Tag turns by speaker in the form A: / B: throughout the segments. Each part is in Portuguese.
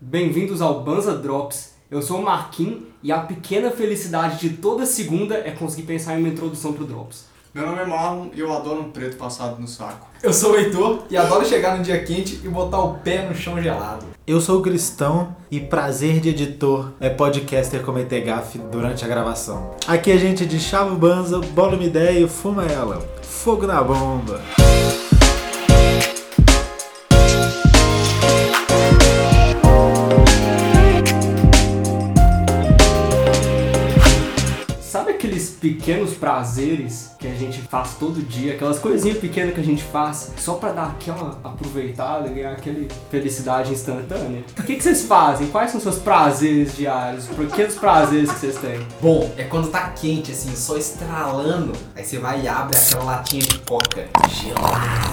A: Bem-vindos ao Banza Drops. Eu sou o Marquinhos e a pequena felicidade de toda segunda é conseguir pensar em uma introdução pro Drops.
B: Meu nome é Marlon e eu adoro um preto passado no saco.
C: Eu sou o Heitor e adoro chegar no dia quente e botar o pé no chão gelado.
D: Eu sou o Cristão e prazer de editor é podcaster cometer gafe durante a gravação. Aqui a gente de chava o banza, bola uma ideia e fuma ela. Fogo na bomba.
A: Sabe aqueles pequenos prazeres que a gente faz todo dia, aquelas coisinhas pequenas que a gente faz só pra dar aquela aproveitada, ganhar aquela felicidade instantânea? O que, que vocês fazem? Quais são seus prazeres diários? Pequenos prazeres que vocês têm?
C: Bom, é quando tá quente, assim, só estralando. Aí você vai e abre aquela latinha de coca gelada.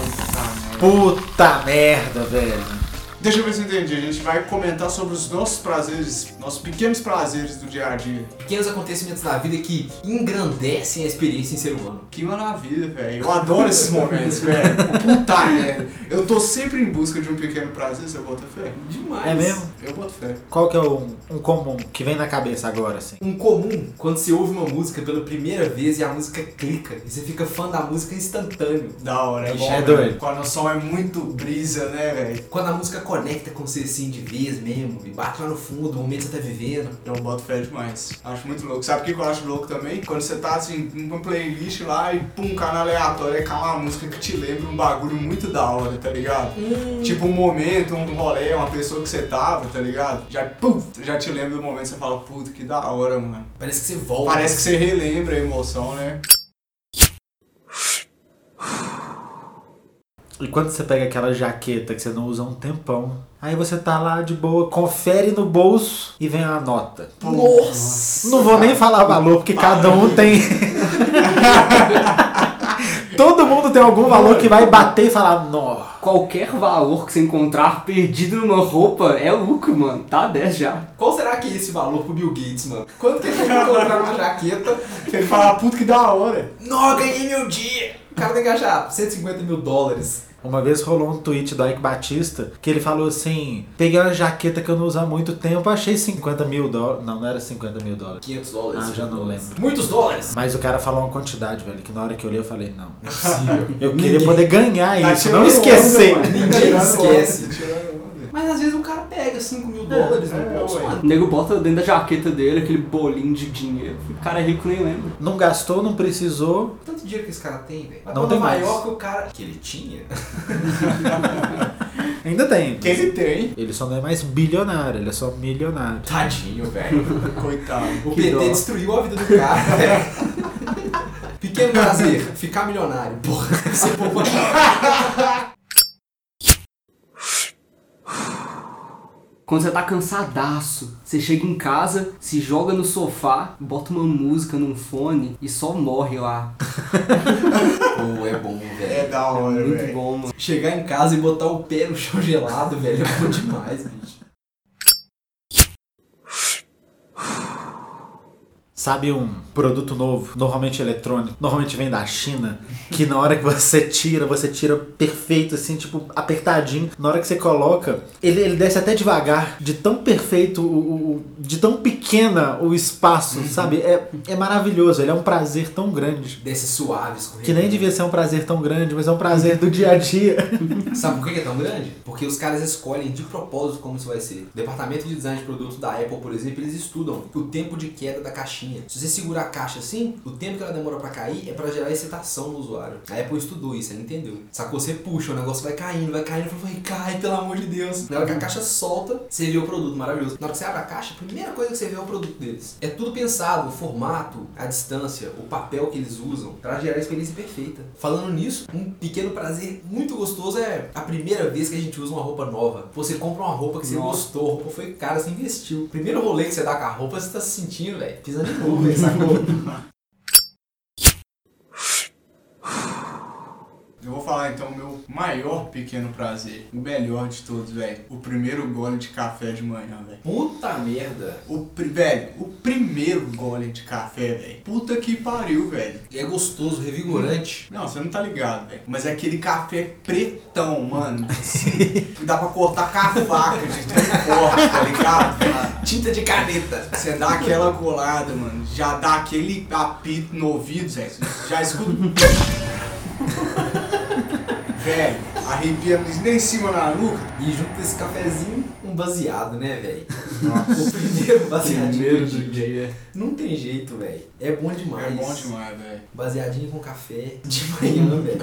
D: Puta merda, velho.
B: Deixa eu ver se eu entendi. A gente vai comentar sobre os nossos prazeres, nossos pequenos prazeres do dia a dia.
C: Pequenos acontecimentos da vida que engrandecem a experiência em ser humano.
B: Que maravilha, velho. Eu adoro esses momentos, velho. Puta merda. Eu tô sempre em busca de um pequeno prazer, você bota fé?
C: Demais.
D: É mesmo?
B: Eu boto fé.
D: Qual que é um, um comum que vem na cabeça agora, assim?
C: Um comum, quando você ouve uma música pela primeira vez e a música clica, e você fica fã da música instantâneo.
B: Da hora, é
D: Ixi,
B: bom.
D: é
B: velho.
D: doido.
B: Quando o som é muito brisa, né, velho?
C: Quando a música conecta com você assim de vez mesmo, e bate lá no fundo, o momento que você tá vivendo.
B: Então, Eu boto fé demais. Acho muito louco. Sabe o que que eu acho louco também? Quando você tá assim, numa playlist lá e pum, canal aleatório, é uma música que te lembra um bagulho muito da hora, tá ligado? Tipo um momento, um rolê, uma pessoa que você tava, tá ligado? Já, pum, já te lembra do momento, você fala, puta, que da hora, mano.
C: Parece que você volta.
B: Parece que você relembra a emoção, né?
D: E quando você pega aquela jaqueta que você não usa há um tempão, aí você tá lá de boa, confere no bolso e vem a nota.
C: Nossa!
D: Não vou nem falar valor, porque cada um tem. Todo mundo tem algum valor que vai bater e falar, nó.
A: Qualquer valor que você encontrar perdido numa roupa é lucro, mano. Tá 10 já.
C: Qual será que é esse valor pro Bill Gates, mano? Quanto que ele vai colocar numa jaqueta?
B: Ele fala, puta, que da hora.
C: Nó, ganhei meu dia! O cara tem que achar 150 mil dólares.
D: Uma vez rolou um tweet do Ike Batista que ele falou assim: peguei uma jaqueta que eu não uso há muito tempo, achei 50 mil dólares. Não, não era 50 mil dólares.
C: 500 dólares.
D: Ah, já não lembro.
C: Muitos dólares!
D: Mas o cara falou uma quantidade, velho, que na hora que eu olhei eu falei: não.
C: Não é possível.
D: Eu queria poder
C: É
D: ganhar
B: Tá
D: isso,
B: tirando
D: não
B: onda,
D: esquecer.
B: mano.
C: Ninguém
B: Tá tirando
C: esquece.
B: onda, tirando onda.
C: Mas às vezes o cara pega 5 mil dólares no
B: é,
C: bolso,
B: ué.
C: mano.
A: O nego bota dentro da jaqueta dele aquele bolinho de dinheiro. O cara é rico nem lembra.
D: Não gastou, não precisou.
C: Tanto dinheiro que esse cara tem, velho. Mas
D: Não
C: quando
D: tem
C: é maior
D: mais.
C: que o cara. Que ele tinha?
D: Ainda tem.
B: Que ele tem,
D: Ele só não é mais bilionário, ele é só milionário.
C: Tadinho, velho.
B: coitado.
C: O
A: Que
C: PT
A: dó.
C: destruiu a vida do cara, velho. Pequeno prazer, ficar milionário. Porra, você poupa.
A: Quando você tá cansadaço, você chega em casa, se joga no sofá, bota uma música num fone e só morre lá.
C: Pô, é bom, velho.
B: É da hora,
A: Muito
B: velho.
A: bom, mano.
C: Chegar em casa e botar o pé no chão gelado, velho, é bom demais, bicho.
D: Sabe um produto novo, normalmente eletrônico, normalmente vem da China, que na hora que você tira, você tira perfeito, assim, tipo, apertadinho. Na hora que você coloca, ele, ele desce até devagar, de tão perfeito, o, o- o- de tão pequena o espaço, sabe? É, é maravilhoso, ele é um prazer tão grande.
C: Desce suave, escorrendo.
D: Que nem devia ser um prazer tão grande, mas é um prazer do dia a dia.
C: Sabe por que que é tão grande? Porque os caras escolhem de propósito como isso vai ser. O departamento de design de produto da Apple, por exemplo, eles estudam o tempo de queda da caixinha. Se você segurar a caixa assim, o tempo que ela demora pra cair é pra gerar excitação no usuário. A Apple estudou isso, ela entendeu. Sacou? Você puxa, o negócio vai caindo, vai caindo, falou, vai, cai, pelo amor de Deus. Na hora que a caixa solta, você vê o produto maravilhoso. Na hora que você abre a caixa, a primeira coisa que você vê é o produto deles. É tudo pensado, o formato, a distância, o papel que eles usam pra gerar a experiência perfeita. Falando nisso, um pequeno prazer muito gostoso é a primeira vez que a gente usa uma roupa nova. Você compra uma roupa que você
A: Nossa.
C: gostou, a roupa foi cara, você investiu. Primeiro rolê que você dá com a roupa, você tá se sentindo, velho, pisando em nuvem, sacou?
B: Eu vou falar então o meu maior pequeno prazer, o melhor de todos, velho. O primeiro gole de café de manhã, velho.
C: Puta merda.
B: O, pri- velho, o primeiro gole de café, velho. Puta que pariu, velho.
C: E é gostoso, revigorante.
B: Não, você não tá ligado, velho. Mas é aquele café pretão, mano. Assim, que dá pra cortar com a faca de tão forte, tá ligado? velho?
C: Tinta de caneta.
B: Você dá aquela colada, mano. Já dá aquele apito no ouvido, Zé. Já escuta. velho, arrepia nem em cima na nuca.
C: E junto com esse cafezinho, um baseado, né, velho? O primeiro baseadinho.
A: Primeiro do dia.
C: Não tem jeito, velho. É bom demais.
B: É bom demais, velho.
C: Baseadinho com café de manhã, velho.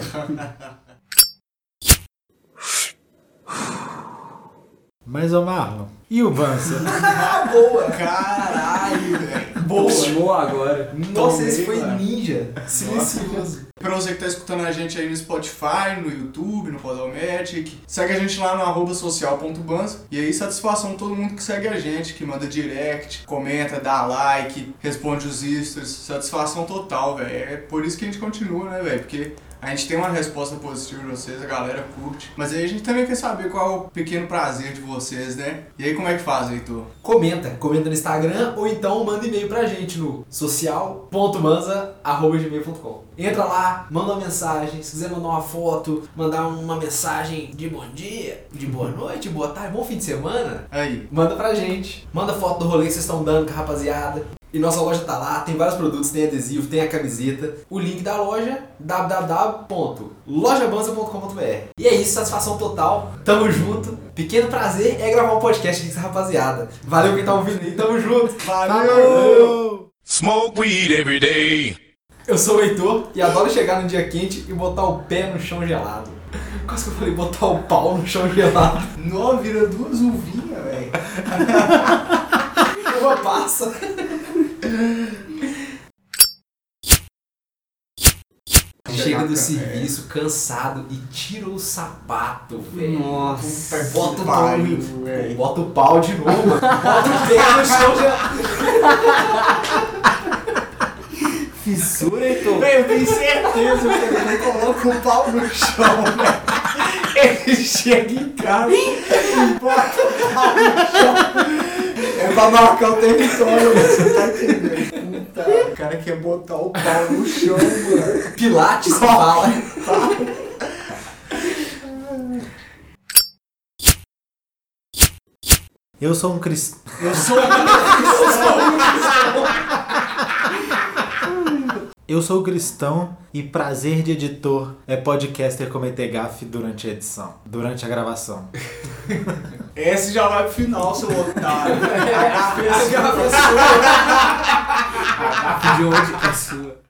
D: Mas, ô Marlon, e o Banzer?
B: Ah, boa! Caralho, velho.
A: Tomou agora.
C: Nossa,
B: Tomei,
C: esse foi
B: mano.
C: ninja. Silencioso.
B: Pra você que tá escutando a gente aí no Spotify, no YouTube, no Podomatic, segue a gente lá no arroba social.bans. E aí, satisfação a todo mundo que segue a gente, que manda direct, comenta, dá like, responde os stories. Satisfação total, velho. É por isso que a gente continua, né, velho? Porque a gente tem uma resposta positiva de vocês, a galera curte. Mas aí a gente também quer saber qual é o pequeno prazer de vocês, né? E aí, como é que faz, Heitor?
C: Comenta, comenta no Instagram ou então manda e-mail pra gente no social.manza.gmail.com Entra lá, manda uma mensagem, se quiser mandar uma foto, mandar uma mensagem de bom dia, de boa noite, boa tarde, bom fim de semana,
B: Aí.
C: manda pra gente. Manda foto do rolê que vocês estão dando com a rapaziada. E nossa loja tá lá, tem vários produtos, tem adesivo, tem a camiseta. O link da loja, www.lojabanza.com.br E é isso, satisfação total. Tamo junto. Pequeno prazer é gravar um podcast com essa rapaziada. Valeu quem tá ouvindo aí, tamo junto.
D: Falou!
E: Smoke weed every day.
C: Eu sou o Heitor e adoro chegar no dia quente e botar o pé no chão gelado. Quase que eu falei botar o pau no chão gelado.
B: Nó, vira duas uvinhas, velho.
C: Uma passa. Chega do
B: Caraca,
C: serviço cansado e tira o sapato, velho.
A: Nossa.
C: Bota o pau,
B: Pariu,
C: no-
B: velho.
C: bota o pau de novo, mano. Bota o pé no chão gelado.
A: Fissura, Heitor.
B: Véi, eu tenho certeza que ele coloca o pau no chão, velho. Ele chega em casa e bota o pau no chão. É pra marcar o território, velho. Você tá entendendo? Puta, o cara quer botar o pau no chão, mano.
C: Pilates fala.
D: Eu sou um cristão.
B: Eu sou um
D: Eu sou cristão e prazer de editor é podcaster cometer gafe durante a edição, durante a gravação.
B: Esse já vai pro final, seu otário.
C: Essa é a pessoa.
A: De onde é sua?